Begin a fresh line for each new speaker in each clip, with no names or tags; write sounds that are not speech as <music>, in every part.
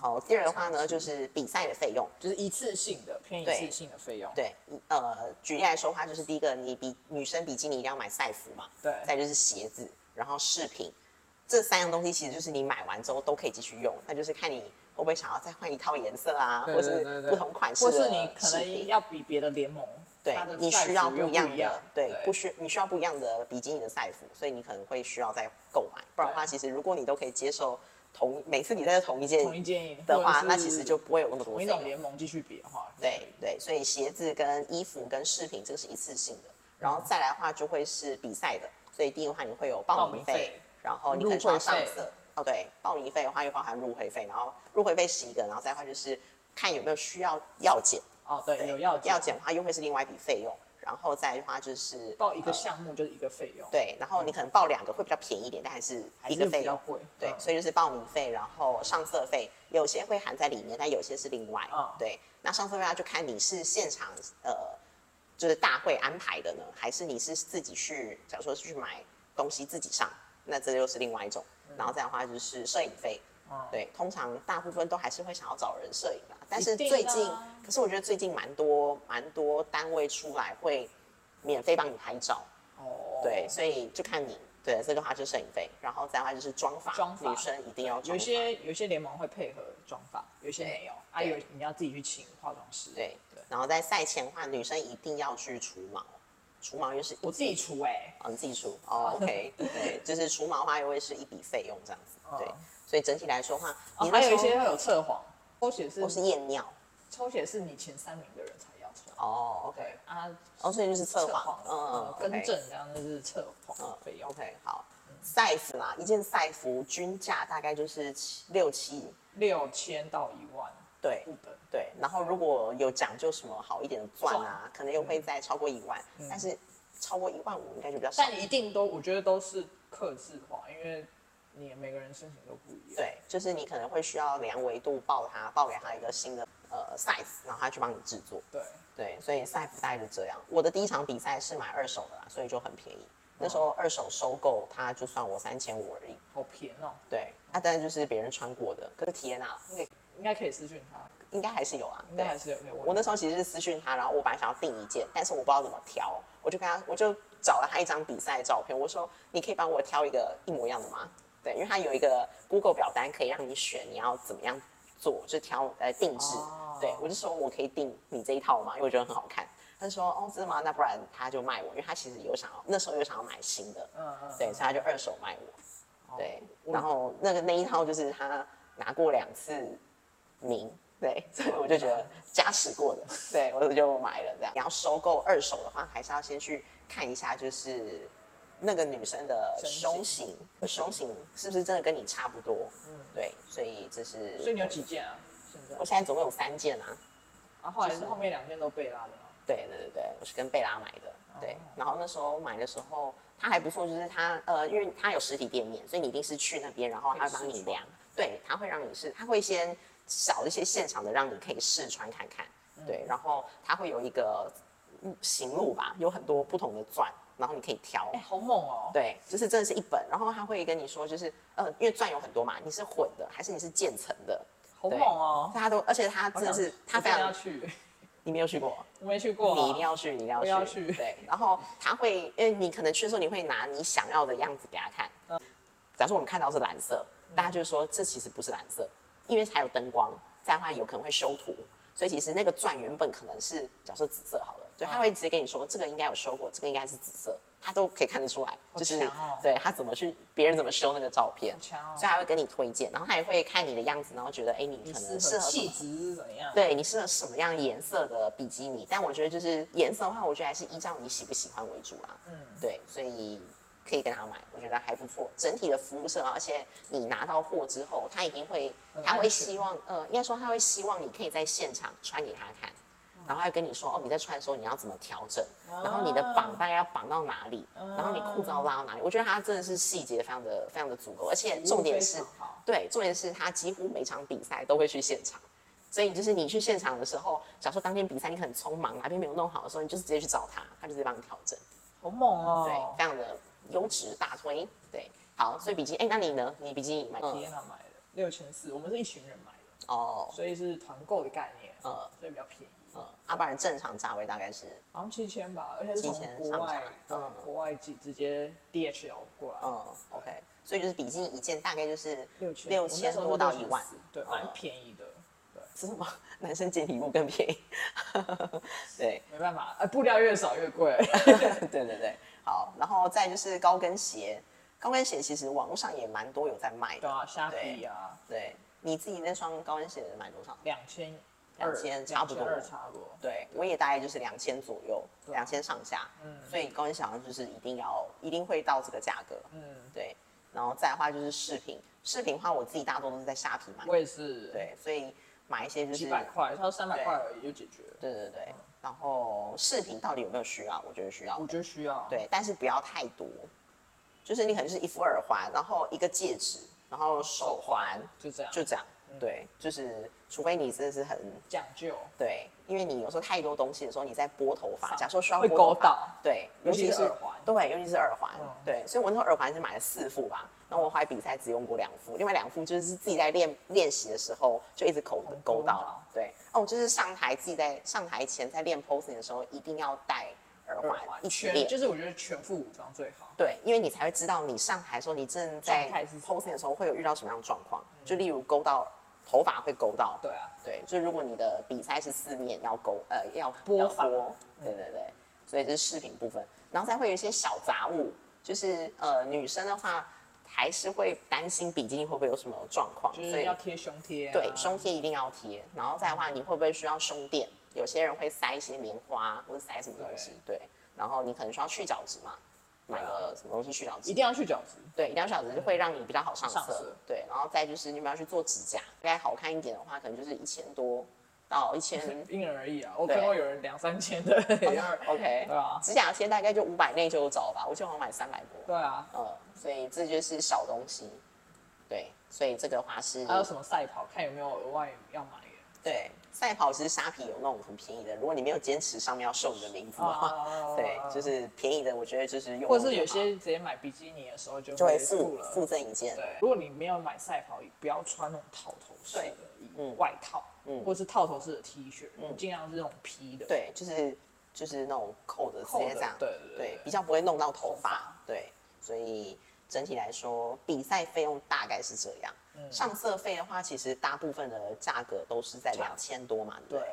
后第二个话呢，就是比赛的费用。
就是一次性的偏一次性的费用。
对，呃，举例来说的话，就是第一个，你比女生比基尼一定要买赛服嘛，
对
再就是鞋子，然后饰品，这三样东西其实就是你买完之后都可以继续用，那就是看你会不会想要再换一套颜色啊，
对
或
对
是
对对
不同款式
或
的
是你可
饰
能
品
要比别的联盟，
对
它的
你
size
需要
又
不
不
一样的，对，不
对，
需你需要不一样的比基尼的赛服，所以你可能会需要再购买，不然的话，其实如果你都可以接受同每次比赛是同一件
同一件
的
或
话
者，是
那其实就不会有那么多
同
费
一种
用
联盟继续比的话，
对对，所以鞋子跟衣服跟饰品这个是一次性的，然后再来的话就会是比赛的，所以第一个话你会有报
报名
名
费
费，然后你可能需要上色。哦，对，报名费的话又包含入会费，然后入会费是一个，然后再的话就是看有没有需要药检，
哦对，有药
药检的话又会是另外一笔费用，然后再来的话就是
报一
呃
个项目就是一个费用，，
对，然后你可能报两个会比较便宜一点，但还是
嗯还
一
是
个
比
费
较
用。
贵，
对，
嗯
所以就是报名费，然后上色费，有些会含在里面，但有些是另外。
嗯
对，那上色费它啊就看你是现场呃，就是大会安排的呢，还是你是自己去，假如说是去买东西自己上，那这又是另外一种。然后再的话就是摄影费，
嗯
对，通常大部分都还是会想要找人摄影啦，但
一
是
定
最
的
近，
啊
可是我觉得最近蛮多蛮多单位出来会免费帮你拍照，
哦，
对，所以就看你。对，这个话就是摄影费，然后再的话就是妆发，
妆发
女生一定要妆
有
发
些有些联盟会配合妆发，有些没有，啊有你要自己去请化妆师，
对
对，，
然后在赛前的话，女生一定要去除毛，除毛又是
我自己出哎，
哦，你自己除
<laughs>
哦，OK，对，就是除毛的话又会是一笔费用这样子，对
哦，
所以整体来说的话，
哦
你那
还有
时
一
候
些会有测谎，抽血
或
是
是验尿
抽血是你前三名的人才要抽，
哦
对
，OK，
啊，
哦，所以就是测
谎
谎，，嗯，
更
OK 嗯
正这样就是测谎费用，
，OK，好，赛服啦，一件赛服均价大概就是七六七，
六千到一万
对
不。等，啊
对，然后如果有讲究什么好一点的钻
嗯
啊，可能又会再超过一万，但是超过一万五应该就比较少。
但一定都我觉得都是克制化，因为你每个人申请都不一样，，
对，就是你可能会需要量维度报它，报给他一个新的呃 size，然后他去帮你制作。
对，
对，所以赛服大概就这样。我的第一场比赛是买二手的啦，所以就很便宜。那时候二手收购，它就算我三千五而已。
好便宜哦，
对，那、啊、当然就是别人穿过的，可是体验啊，那个
应该可以私讯他，
应该还是有啊，
应
对
该，还是有可以问
我那时候其实是私讯他，然后我本来想要订一件，但是我不知道怎么挑，我就跟他，我就找了他一张比赛的照片，我说你可以帮我挑一个一模一样的吗？对，因为他有一个 Google 表单可以让你选你要怎么样做，就挑呃定制。
哦
对，我就说我可以订你这一套吗？因为我觉得很好看。他就说哦，真的吗？那不然他就卖我，因为他其实有想要那时候有想要买新的，
嗯嗯哦
对，所以他就二手卖我。对，
我
然后那个那一套就是他拿过两次名，对，所
哦
以我就觉得加持过的，对我就买了这样。你要收购二手的话，还是要先去看一下，就是那个女生的
身形
胸型，胸型是不是真的跟你差不多？嗯，对，所以这是。
所以你有几件啊？现在
我？现在总共有三件啊，
啊，后来是后面两件都被拉了吗。
对对对对，我是跟贝拉买的，对。然后那时候买的时候，它还不错，就是它呃，因为它有实体店面，所以你一定是去那边，然后它帮
可以
你
试穿
量，对，它会让你试，它会先找一些现场的让你可以试穿看看，对。然后它会有一个嗯行路吧，有很多不同的钻，然后你可以挑。
哎、好猛哦！
对，就是真的是一本，然后他会跟你说，就是呃，因为钻有很多嘛，你是混的还是你是渐层的？
好
对
猛哦！
他都，而且他
好
真的
想
是他
我
非
真的要
常，
去，
你没有去过？
我没去过
<laughs>
啊、
你一定要去，你一定要
我
去，
要去
对，然后他会，因为你可能去的时候，你会拿你想要的样子给他看。
嗯
假如说我们看到是蓝色，大家就说这其实不是蓝色，因为还有灯光，再的话有可能会修图，所以其实那个钻原本可能是假设紫色好了，对，他
嗯
会直接跟你说这个应该有修过，这个应该是紫色，他都可以看得出来，就是、
强哦
对他怎么去别人怎么修那个照片，
强哦
所以他会跟你推荐，然后他也会看你的样子，然后觉得哎、你
你
可
适
能
合
适合
气质是怎样？
对你适合什么样颜色的比基尼？但我觉得就是颜色的话，我觉得还是依照你喜不喜欢为主啦。嗯，对，所以可以跟他买，我觉得还不错。整体的服务社，而且你拿到货之后，他一定会，嗯他
安
会
全
希望，呃，应该说他会希望你可以在现场穿给他看。然后他会跟你说哦，你在穿的时候你要怎么调整，然后你的绑带要绑到哪里，然后你裤子要拉到哪里。我觉得他真的是细节非常的非常的足够，而且重点是
非常好，
对，重点是他几乎每场比赛都会去现场。所以就是你去现场的时候，假如说当天比赛你很匆忙，哪边没有弄好的时候，你就是直接去找他，他就直接帮你调整。
好猛
对，
哦！
非常的优质大推。对，好，所以比基，哎、那你呢？你比基尼买
体验
嗯，
上买的六千四，我们是一群人买的，
哦，
所以是团购的概念，
呃
所以比较便宜，
呃，啊，不然正常价位大概是，
好像七千吧，而且是从
7000
国外
上，
对
上来嗯
国外寄直接 DHL 过来，
嗯，OK，所以就是比基尼一件大概就是
六千
六千多到一万，嗯
对，蛮便宜的，对，
是什么？ <laughs> 男生捡礼物更便宜， <laughs> 对
没办法，呃，布料越少越
<laughs>
贵，
对
<laughs>
对对，好，然后再就是高跟鞋，高跟鞋其实网络上也蛮多有在卖
对
的，
啊，虾皮啊，
对，你自己那双高跟鞋是买多少？
两千
2000差不多
二差不多，
对，我也大概就是两千左右，
对啊
两千上下，所以高跟鞋好像就是一定要一定会到这个价格，
嗯，
对，然后再的话就是饰品，饰品的话我自己大多都是在虾皮买，
我也是，，
对，所以买一些就是
几百块，它三百块而已就解决了，
对对对，然后饰品到底有没有需要？我觉得需要
我，觉得需要，，
对，但是不要太多，就是你可能就是一副耳环，然后一个戒指，然后手环，
就这样，嗯
就这样，对，就是除非你真的是很
讲究，
对，因为你有时候太多东西的时候，你在拨头发，
上
假设需要
会
拨
勾
头发
到
对，
尤其是耳环
对，尤其是耳环
嗯，
对，所以我那时候耳环是买了四副吧，然后我后来比赛只用过两副，另外两副就是自己在练练习的时候就一直口勾到了，对，哦，就是上台自己在上台前在练 posing 的时候一定要戴耳环一起
啊全
练。
就是我觉得全副武装最好，
对，因为你才会知道你上台的时候，你正
状态
在
是什么嗯
posing 的时候会有遇到什么样的状况，就例如勾到头发会勾到，
对啊，
对，就如果你的比赛是四面要勾，呃，要
播
要
放
播，对对对，所以这是饰品部分，然后再会有一些小杂物，就是呃，女生的话还是会担心比基尼会不会有什么状况，
就
所
是
以
要贴胸贴、啊，
对胸贴一定要贴，然后再的话，你会不会需要胸垫？有些人会塞一些棉花或者塞什么东西，对，然后你可能需要去角质嘛，买个什么东西去角质
一，定要去角质，
对，一两小时就会让你比较好上色。
上色
对，然后再就是你们要去做指甲，大概好看一点的话，可能就是一千多到一千。 <laughs>
因人而异啊。我
对哦
看过有人两三千
<laughs>
的，也要
OK，
<laughs> 对啊
指甲贴大概就五百内就有找吧，我记得我买三百多。
对啊。
呃，所以这就是小东西。对，所以这个话是
还有什么赛跑，看有没有额外要买的。
对赛跑，其实沙皮有那种很便宜的，如果你没有坚持上面要瘦你的名字的话，
啊
对，就是便宜的，我觉得就是用，
或者是有些直接买比基尼的时候就
就会
附
附
了。
附赠一件。
对，如果你没有买赛跑，不要穿那种套头式的
嗯
衣外套，或者是套头式的 T 恤，你尽量是那种披的。，
对，就是就是那种扣的直
扣
接
的
这样，
对对对对
比较不会弄到头
发
发，对，所以整体来说，比赛费用大概是这样。
嗯
上色费的话，其实大部分的价格都是在两千多嘛，对
对
不对，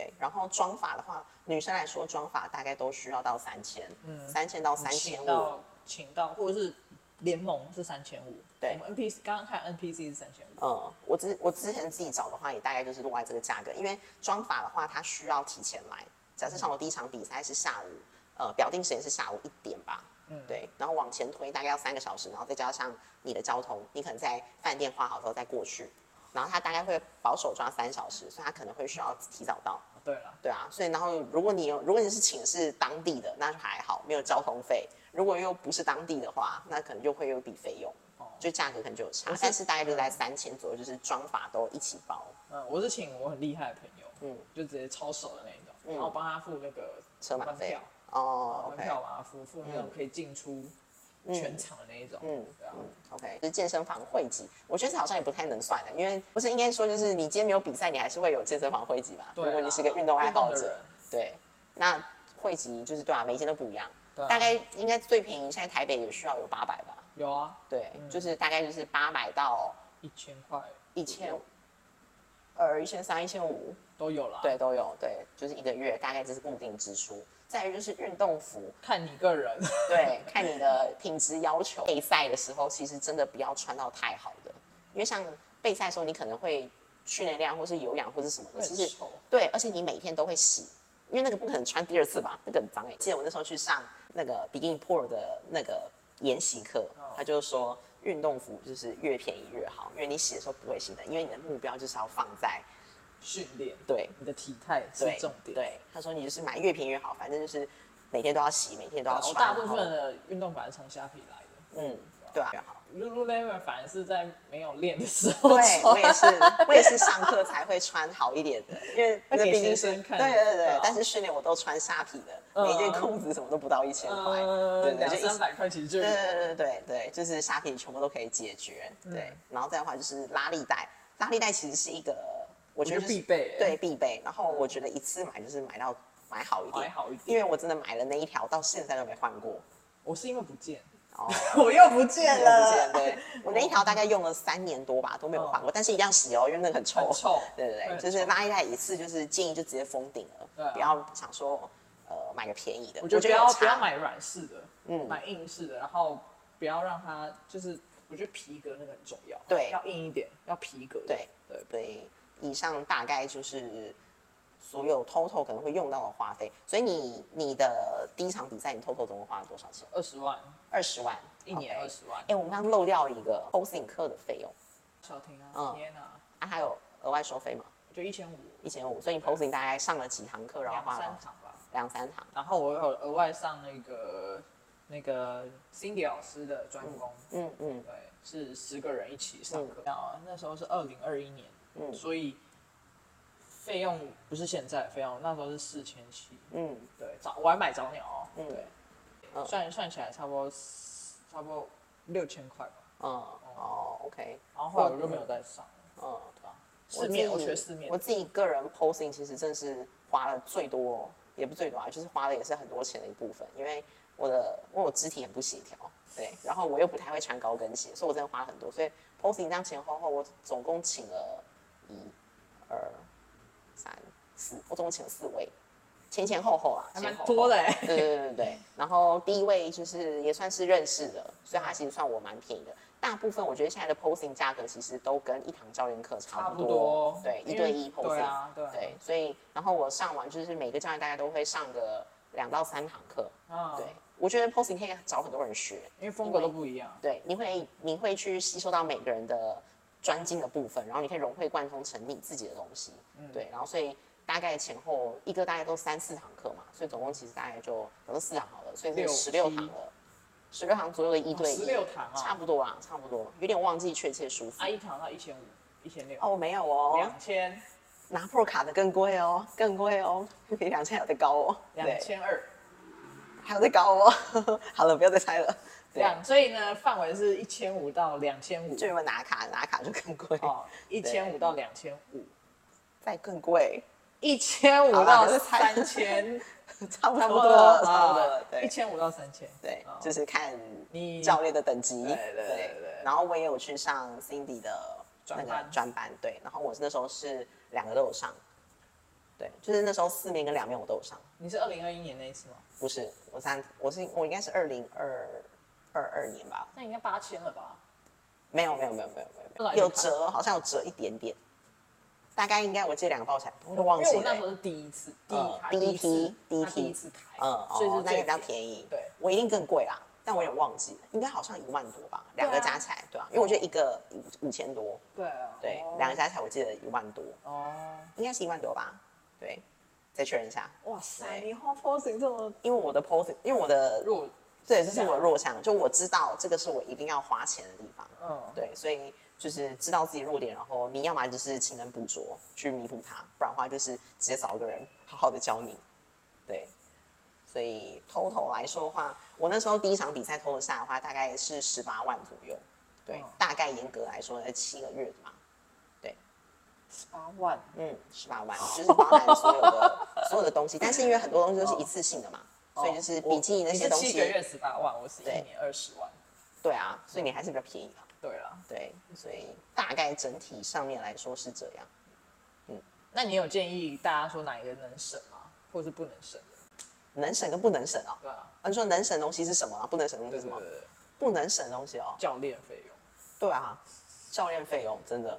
对。然后妆法的话，女生来说妆法大概都需要到三千，嗯，三千到三千
请
五，
到请到，或者是联盟是三千五，
对
我们 NPC 刚刚看 NPC 是三千五，
嗯，我之我之前自己找的话，也大概就是落在这个价格，因为妆法的话，它需要提前来。假设像我第一场比赛是下午，呃，表定时间是下午一点吧，嗯，对，然后往前推大概要三个小时，然后再加上你的交通，你可能在饭店花好之后再过去，然后它大概会保守抓三小时，所以它可能会需要提早到，
对了，
对啊，所以然后如果你有，如果你是请是当地的，那就还好，没有交通费；如果又不是当地的话，那可能就会有一笔费用，
哦
就价格可能就有差，但是大概就在三千左右，就是妆法都一起包，
嗯，我是请我很厉害的朋友，嗯，就直接超熟的那一种，然后帮他付那个
嗯车马
门
费
票，
哦
门
，OK 嗯
票嘛，付付那种可以进出全场的那一种，嗯，对啊，
OK，就是健身房会籍，我觉得这好像也不太能算的，因为不是应该说就是你今天没有比赛，你还是会有健身房会籍吧？
对啊
如果你是个运动爱好
运动的
者
人，
对，那会籍就是对啊，每一间都不一样，
对啊
大概应该最便宜现在台北也需要有八百吧。
有啊，
对，就是大概就是八百到
一千块
一千二、一千三、一千五，
都有啦，，
对，都有，对，就是一个月大概这是固定支出。再于就是运动服，
看你个人，
对，看你的品质要求。备赛的时候，其实真的不要穿到太好的，因为像备赛的时候，你可能会训练量或是有氧或是什么的，
会
其实
臭
对，而且你每天都会洗，因为那个不可能穿第二次吧，那个很脏哎、记得我那时候去上那个 Begin Poor 的那个研习课，
哦
他就说运动服就是越便宜越好，因为你洗的时候不会心疼，因为你的目标就是要放在
训练，
对
你的体态是
对
重点，
对，他说你就是买越便宜越好，反正就是每天都要洗，每天都要
啊我
穿，
大部
然后
分的运动反而是从虾皮来的
嗯对啊越好。
，Lululemon 反而是在没有练的时候
对我
穿，
也是，我也是上课才会穿好一点的，因为那
给
毕竟
学
是
生看
对对
对啊
对，但是训练我都穿沙皮的，每一件裤子什么都不到一千块，对
嗯，
对，
两
就一
三百块其实就有
对对对对对，
嗯
就是沙皮全部都可以解决，对。然后再的话就是拉力带，拉力带其实是一个我
觉
觉
得
得就是
必备欸
对必备。然后我觉得一次买就是买到买好一点，
买好一点
因为我真的买了那一条，到现在都没换过。
我是因为不见，
哦，
我又不见了，嗯
不见对， <laughs> 我那一条大概用了三年多吧，都没有换过，但是一样洗哦，因为那个很臭。
很臭
<laughs> 对对
对
对，就是拉一袋一次，就是建议就直接封顶
对啊
了，不要想说呃买个嗯便宜的。
我觉得不要
有
不要
差
买软式的，买硬式的，然后不要让它就是，我觉得皮革那个很重要，
对
要硬一点，要皮革的，
对
对，
对，以上大概就是所有 total 可能会用到的花费。所以你你的第一场比赛，你 total 总共花了多少钱？
二十万
二十万，
一年
OK
二十万
哎、，我们刚刚漏掉一个 posing 课的费用
小婷啊，
嗯
天啊，
啊，还有额外收费吗？
就一千五，
一千五，所以你 posing 大概上了几堂课，然后
两
花
三
了
场吧，
两三堂。
然后我有额外上那个那个 Cindy 老师的专攻，
嗯嗯，
对，是十个人一起上课。然后那时候是二零二一年，
嗯
所以费用不是现在费用，那时候是四千七，
嗯，
对，早我还买早鸟哦，
嗯
对，
嗯
算算起来差不多差不多六千块吧。
嗯，哦，OK，
然后后来我就没有再上了，
嗯，
对吧？四面我
自己
学四面
我，自己个人 posing 其实真的是花了最多，也不最多啊，就是花的也是很多钱的一部分，因为我的因为我肢体很不协调，对，然后我又不太会穿高跟鞋，所以我真的花了很多，所以 posing 这样前后后我总共请了一、二、三、四，我总共请了四位，前前后后啊，
还
前
蛮
后后
多的 <laughs> 欸
对对对对对。然后第一位就是也算是认识的，所以他其实算我蛮便宜的。大部分我觉得现在的 posing 价格其实都跟一堂教练课差不
差不多
对，
因为
一对一 posing，
对啊对啊
对所以然后我上完就是每个教练大概都会上个两到三堂课，
啊
对，我觉得 posing 可以找很多人学，
因为风格都不一样，
对，你会你会去吸收到每个人的专精的部分，然后你可以融会贯通成你自己的东西。
嗯
对，然后所以大概前后一个大概都三四堂课嘛，所以总共其实大概就可能四堂好了，所以
六
是十六堂了，十六堂左右的一对一，
16堂啊
差不多啦，差不多，有点忘记确切数字
啊，。一堂到一千五、一千六、
哦，我没有哦，
两千、
拿破卡的更贵哦，更贵哦，比两千还要再高哦，
两
对，
千二。
还要再高哦。 <laughs> 好了，不要再猜了，
这
对，
样，所以呢，范围是一千五到两千五，
就有没有拿卡，拿卡就更贵，
哦，一千五到两千五，
再更贵。
一千五
好啦
到
不要猜
三千，
<laughs> 差不
差不
多
多
了，差不多
啊
了，，
一
对
千五到三千，
对
哦，
就是看
你
教练的等级，
对对对对
然后我也有去上 Cindy 的那
专班
个专班，对，然后我那时候是两个都有上，对，就是那时候四面跟两面我都有上，
你是二零二一年那一次吗？
不是我三，我是我应该是二零二二二年吧，
那应该八千了吧？
没有没有没有没有没有
后来
没
你
有，有
看
折，好像有折一点点，大概应该我记得两个报起来，我都
因
忘
为
记了
我那
欸
时。候是第一次，第
嗯
一他
第一
次
批，第一
他第一
批
次开，
嗯，
所以
哦
是，
那
最
也比较便宜。
对，
我一定更贵啦，但我有点忘记了，应该好像一万多吧，两个加起来，对啊，因为我觉得一个五五千多，
对啊，
对
哦，
两个加起来我记得一万多，
哦，
应该是一万多吧，对，再确认一下，
哇塞，
对
你花 posing 这么
因为我的 posing，因为我的
弱，
对，这是
啊
我的弱项，就我知道这个是我一定要花钱的地方，
嗯，
对，所以就是知道自己弱点，然后你要么就是勤能补拙去弥补它，不然的话就是直接找一个人好好的教你。对，所以 total 来说的话，我那时候第一场比赛 total 下的话，大概是十八万左右。对，
嗯
大概严格来说，呃，七个月吧。
八万，
嗯，十八
哦
万就是包含所有
<laughs>
的所有的东西，但是因为很多东西都是一次性的嘛，所以就是笔记那些东
哦你
西
是七个，月十八万，我是一
对
年二十万，
对啊，所以你还是比较便宜的。
对了。
对，所以大概整体上面来说是这样。
那你有建议大家说哪一个能省吗？或是不能省的？
能省跟不能省啊、
对啊，
啊，你说能省的东西是什么啊？不能省的东西
对
是什
对
么？
对对，
不能省的东西哦。
教练费用，
对啊，教练费用真的，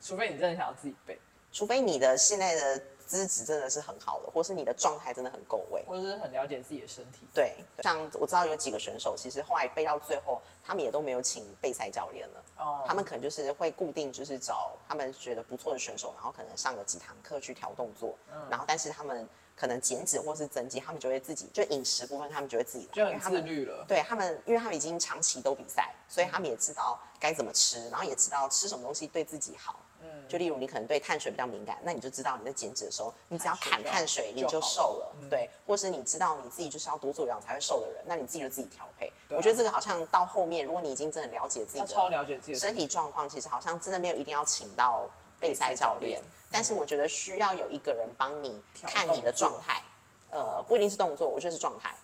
除非你真的想要自己背，
除非你的现在的资质真的是很好的，或是你的状态真的很够位。
或者是很了解自己的身体。
对，像我知道有几个选手，其实后来背到最后，他们也都没有请备赛教练了。
哦
他们可能就是会固定就是找他们觉得不错的选手，然后可能上个几堂课去调动作，
嗯
然后但是他们可能减脂或是增肌，他们就会自己就饮食部分他们就会自己来
就
因
很
为他
自
们
律了。
对他们，因为他们已经长期都比赛，所以他们也知道该怎么吃，然后也知道吃什么东西对自己好。嗯，就例如你可能对碳水比较敏感，那你就知道你在减脂的时候，你只要砍碳水你就瘦了，
嗯
对，或是你知道你自己就是要多做有氧才会瘦的人，那你自己就自己调配。
啊
我觉得这个好像到后面，如果你已经真的了解自己
他
的
超了解自己的身
身体状况，其实好像真的没有一定要请到备赛教
备赛教
练
练，
但是我觉得需要有一个人帮你看你的状态，呃，不一定是动作，我觉得是状态，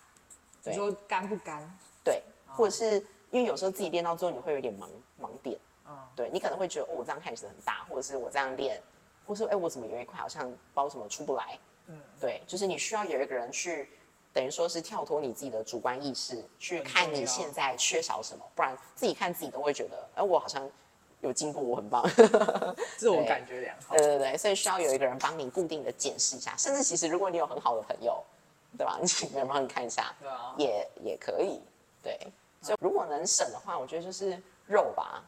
你说干不干？
对，
哦
或者是因为有时候自己练到最后你会有点盲盲点，
嗯
对你可能会觉得、哦、我这样看起来很大，或者是我这样练，或是哎、我怎么有一块好像包怎么出不来，
嗯，
对，就是你需要有一个人去，等于说是跳脱你自己的主观意识，去
很
看
重
你
要
现在缺少什么，不然自己看自己都会觉得，哎、我好像有进步，我很棒。
自我感觉良好
<laughs> 对。呃对对，所以需要有一个人帮你固定的检视一下，甚至其实如果你有很好的朋友，对吧？你 <laughs> 请个人帮你看一下，
对啊
也也可以。对，所以如果能省的话，我觉得就是肉吧，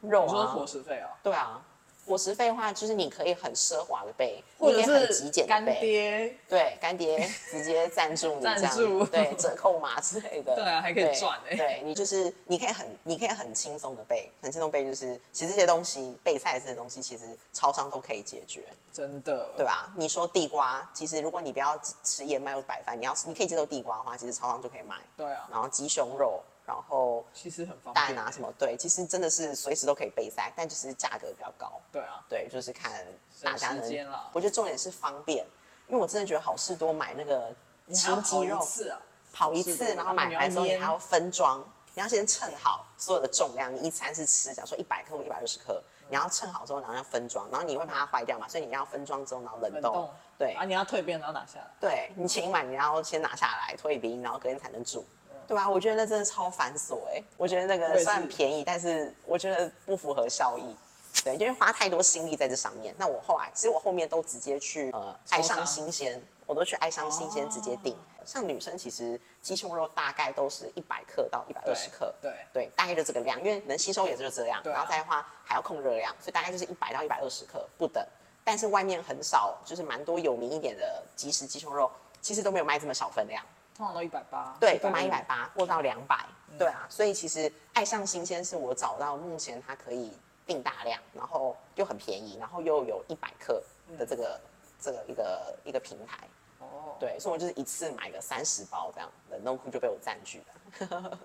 肉
你说
啊，
伙食费哦，
对啊，伙食费的话，就是你可以很奢华的备，
或
你
者
也可以很极
是
简的
干
备，
爹，
对，干爹直接赞助你这
赞
样，
助
对，折扣码之类的，
对啊还可以
对
赚欸
对你就是你可以很你可以很轻松的背，很轻松地背就是其实这些东西备菜这些东西其实超商都可以解决，
真的，
对吧？你说地瓜，其实如果你不要只吃燕麦或白饭，你要你可以接受地瓜的话，其实超商就可以买，
对啊，
然后鸡胸肉，然后
其实很方便。
蛋啊什么，对，其实真的是随时都可以备菜，但就是价格比较高。
对啊，
对，就是看大家
省时间
能
啦。
我觉得重点是方便，因为我真的觉得好事多买那个青鸡肉，
次啊，
跑一
是
次，
的
然后买
你
来
要
之后你
腌
还要分装，你要先称好所有的重量，你一餐是吃，假如说一百克或一百二十
嗯
克，你要称好之后，然后要分装，然后你会怕它坏掉嘛，所以你要分装之后，然后冷
冷
冻
冻，。
对
啊，你要蜕变，然后拿下来。
对，你前一晚你要先拿下来退冰，然后隔天才能煮。对啊，我觉得那真的超繁琐哎、我觉得那
嗯我
个
也是
虽然便宜，但是我觉得不符合效益。对，因为花太多心力在这上面。那我后来，其实我后面都直接去呃爱上
商哦
新鲜，我都去爱上新鲜直接订。像女生其实鸡胸肉大概都是一百克到一百二十克，
对
对，大概就这个量，因为能吸收也就这样，
对啊
然后再的话还要控热量，所以大概就是一百到一百二十克不等。但是外面很少，就是蛮多有名一点的即食鸡胸肉，其实都没有卖这么少分量，
通常都一百八，
对，都
150
卖一百，八或到两百，
嗯
对啊，所以其实爱上新鲜是我找到目前它可以订大量，然后又很便宜，然后又有一百克
嗯
的这个、这个一个一个平台，
哦，
对，所以我就是一次买个三十包这样，冷冻库就被我占据了。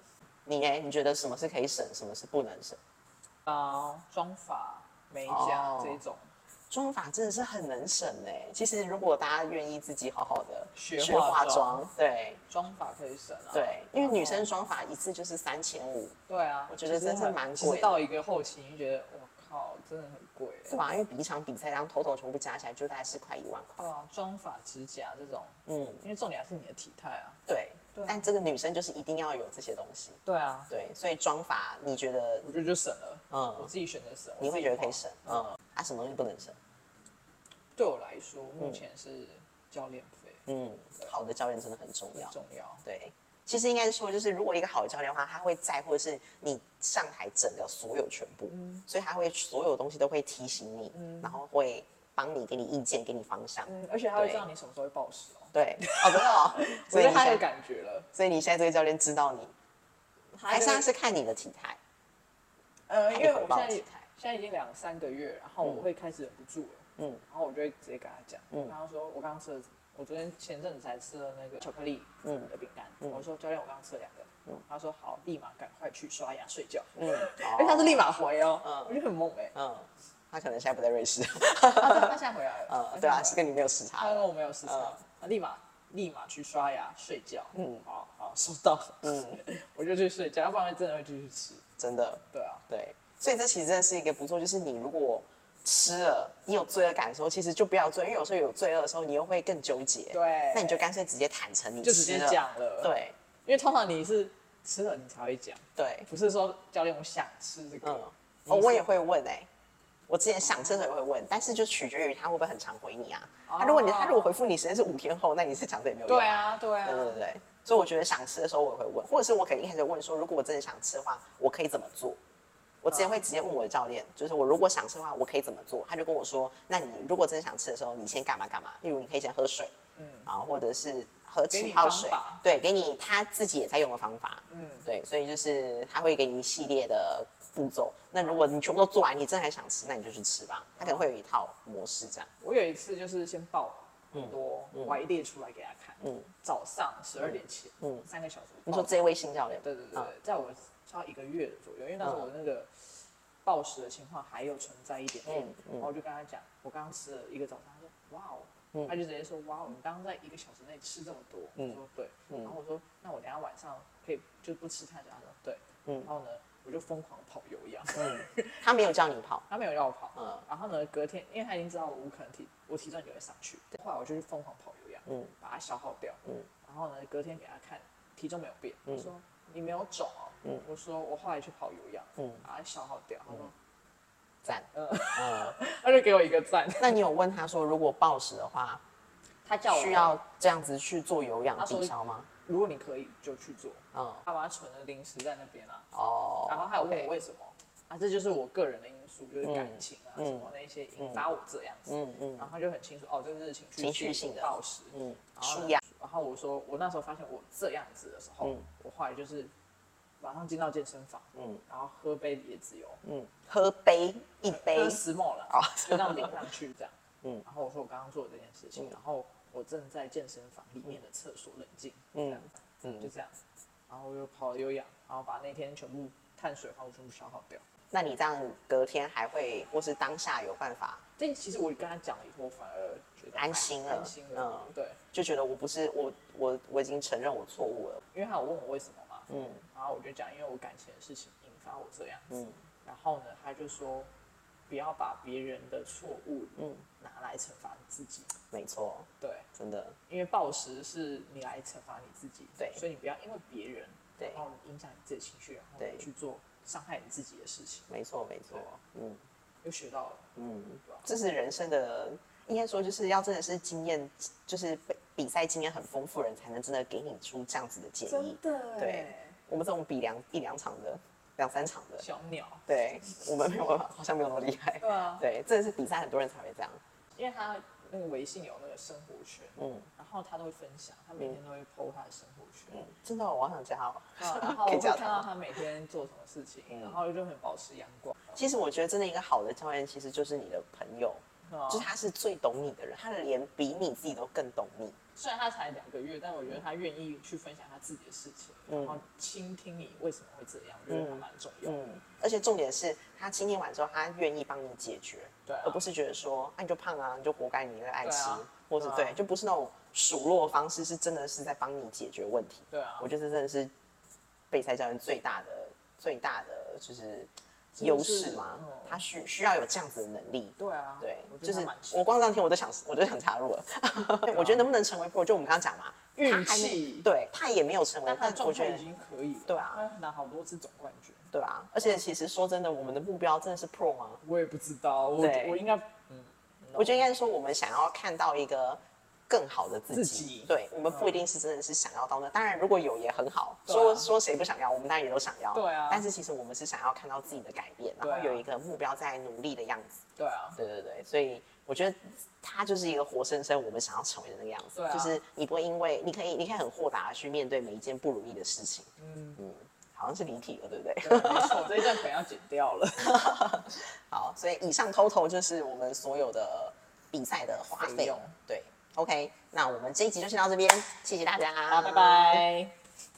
你哎，你觉得什么是可以省，什么是不能省？
啊，妆发、美甲
哦
这一种，
妆法真的是很能省哎、其实如果大家愿意自己好好的
学
化
化
妆
妆，嗯
对
妆发可以省啊。
对，因为女生妆法一次就是三千五，
对啊，
我觉得
其实
真是
很
蛮
其
贵的
实到一个后期，你就觉得我靠，真的很贵。
是吧？因为比一场比赛，然后头头全部加起来就大概是快一万块。
对啊，妆发、指甲这种，
嗯，
因为重点还是你的体态啊。
对。
对啊
但这个女生就是一定要有这些东西，
对啊，
对，所以妆法你觉得
我觉得就省了。
嗯
我自己选择省，
你
我自
会
己
觉得
花
可以省，嗯，啊，什么东西不能省？
对我来说，目前是教练费
嗯，好的教练真的很重
很
要。
重要。
对，其实应该是说，就是如果一个好的教练的话，他会在乎的是你上台整个所有全部，
嗯
所以他会所有东西都会提醒你，然后会帮你给你意见，给你方向。
嗯，而且他会
对
知道你什么时候会暴食哦。
对，哦，真的哦，
<laughs> 我
所以
觉得
你
他有
现在，
感觉了，
所以你现在这个教练知道你，还
就是
他是看你的体态，
呃，因为我
他有
现在
体
现
态
在已经两三个月，然后我会开始忍不住了，
嗯
嗯，然后我就会直接跟他讲，嗯，然后说我刚刚吃了，我昨天前阵子才吃了那个巧克力，嗯，的饼干，我说教练，我刚刚吃了两个，嗯，他说好，立马赶快去刷牙睡觉，
嗯，
而且他是
哦
立马回哦，我觉得很猛哎，
嗯，他可能现在不在瑞
<laughs>
士， <laughs>
他他现在回来了，
呃，对啊，
他
是
现在回来了
跟你没有时差
他跟
了，
我没有时差，他立马立马去刷牙睡觉，嗯，好好收到，嗯，我就去睡觉，要不然真的会继续吃，
真的，
对啊，
对，所以这其实真的是一个不错，就是你如果吃了，你有罪恶感的时候，其实就不要罪，因为有时候有罪恶的时候，你又会更纠结。
对
那你就干脆直接坦诚你
就直接
吃了
讲了，。
对
因为通常你是吃了你才会讲，
对，
不是说教练我想吃这个。
嗯，哦，我也会问哎、我之前想吃的时候也会问，但是就取决于他会不会很常回你啊。他、如果你他如果回复你时间是五天后，那你是讲这也没有用、
哦对，啊，对啊，
对对对。所以我觉得想吃的时候我也会问，或者是我可能一开始问说，如果我真的想吃的话，我可以怎么做？我之前会直接问我的教练，就是我如果想吃的话，我可以怎么做？他就跟我说，那你如果真的想吃的时候，你先干嘛干嘛？例如你可以先喝水，嗯，啊，或者是喝
给
气
你
泡
方
水
法，
对，给你他自己也在用的方法，嗯，对，所以就是他会给你一系列的步骤。那如果你全部都做完，你真的还想吃，那你就去吃吧。他可能会有一套模式这样，
我有一次就是先报很多，我还列出来给他看。嗯，早上十二点前，嗯，啊三个小时。
你说这位新教练，
啊对对对，对在我差不多一个月左右，因为那时候我那个暴食的情况还有存在一点点。
嗯
然后我就跟他讲，我刚刚吃了一个早餐，他说哇哦，他就直接说哇哦，你刚刚在一个小时内吃这么多，我说对，然后我说那我等一下晚上可以就不吃碳水，他说对，然后呢我就疯狂跑有氧，
他没有叫你跑，
<laughs> 他没有让我跑，
嗯
然后呢隔天因为他已经知道我无可能体我体重也会上去，后来我就去疯狂跑有氧，
嗯
把它消耗掉，然后呢隔天给他看体重没有变，他说你没有肿哦，我说我后来去跑有氧，把它消耗掉，他说
赞。
他就给我一个赞，
<laughs> 那你有问他说，如果暴食的话，
他叫我
需要这样子去做有氧
他说
低消吗？
如果你可以就去做，
嗯，
他把它存了零食在那边啊，
哦，
然后还有问
OK
我为什么、啊，这就是我个人的因素，就是感情啊、什么那些引发我这样子，嗯嗯，然后他就很清楚哦，这是情绪
情绪性的
暴食，嗯，
舒压
然后我说我那时候发现我这样子的时候，我后来就是马上进到健身房，嗯，然后喝杯椰子油，
嗯喝杯一杯哦
喝，石墨了，就这样淋上去
<laughs>
这样。嗯，然后我说我刚刚做的这件事
嗯
情，然后我正在健身房里面的厕所冷静，
嗯
这样子，就这样子，然后我又跑了有氧，然后把那天全部碳水化合物全部消耗掉。
那你这样隔天还会或是当下有办法，
这其实我跟他讲了以后，反而觉得还
安心了
安心了，
嗯
对，
就觉得我不是我我我已经承认我错误了，
因为他有问我为什么嘛，嗯，然后我就讲因为我感情的事情引发我这样子，
嗯
然后呢，他就说不要把别人的错误，嗯，拿来惩罚你自己，
没错，
对，
真的
因为暴食是你来惩罚你自己，
对
所以你不要因为别人，
对
然后你影响你自己的情绪，然后
对
你去做伤害你自己的事情，
没错没错
对，，嗯，又学到了，嗯，对吧？
这是人生的，应该说就是要真的是经验，就是比比赛经验很丰富的人才能真的给你出这样子的建议
真。
嗯
的
对
哎，
我们这种比两一两场的，两三场的，
小鸟，
对我们没有办法，好像没有那么厉害。
对啊
对，这是比赛很多人才会这样。
因为他那个微信有那个生活圈，嗯，然后他都会分享，他每天
嗯
都会 PO 他的生活圈，
真的哦，我好想加哦。 <laughs>
啊然后我
可以
会
加
看
他
到他每天做什么事情，
嗯
然后就很保持阳光，
其实我觉得，真的一个好的教练，其实就是你的朋友，
啊
就是他是最懂你的人，他的连比你自己都更懂你。
虽然他才两个月，但我觉得他愿意去分享他自己的事情，然后倾听你为什么会这样，我觉得他蛮重要的。
嗯嗯，而且重点是他今天完之后，他愿意帮你解决，
对啊
而不是觉得说，啊你就胖啊，你就活该你爱吃，
对啊
或是
对
对
啊，
就不是那种数落方式，是真的是在帮你解决问题。
对啊
我觉得这真的是备赛教练最大的最大的就是
的
优
是
势嘛
嗯，
他需需要有这样子的能力。
对啊，
对，就
觉得他
是
蛮啊
我光这样听我都想，我就想插入了。我觉得能不能成为 pro，就我们刚刚讲嘛，
运
他还没
气
对他也没有成为
但，他
但
的状
我觉
态
得
已经可以了，
对啊
他拿好多次总冠军，
对啊。而且其实说真的，我们的目标真的是 pro 吗？
我也不知道，我
对
我应该
我觉得应该是说我们想要看到一个更好的自己。
自己嗯
对，我们不一定是真的是想要到那，当然如果有也很好。
对啊
说说谁不想要，我们当然也都想要。
对啊
但是其实我们是想要看到自己的改变，然
对啊
后有一个目标在努力的样子。
对啊，
对对对，所以我觉得他就是一个活生生我们想要成为的那个样子，
对啊
就是你不会因为你可以，你可以很豁达的去面对每一件不如意的事情。嗯好像是离题了，对不对？
对没错，这一段可能要剪掉
<laughs>
了。
好，所以以上 total 就是我们所有的比赛的花
费
费
用。
对，OK，那我们这一集就先到这边，谢谢大家，
好，拜。拜。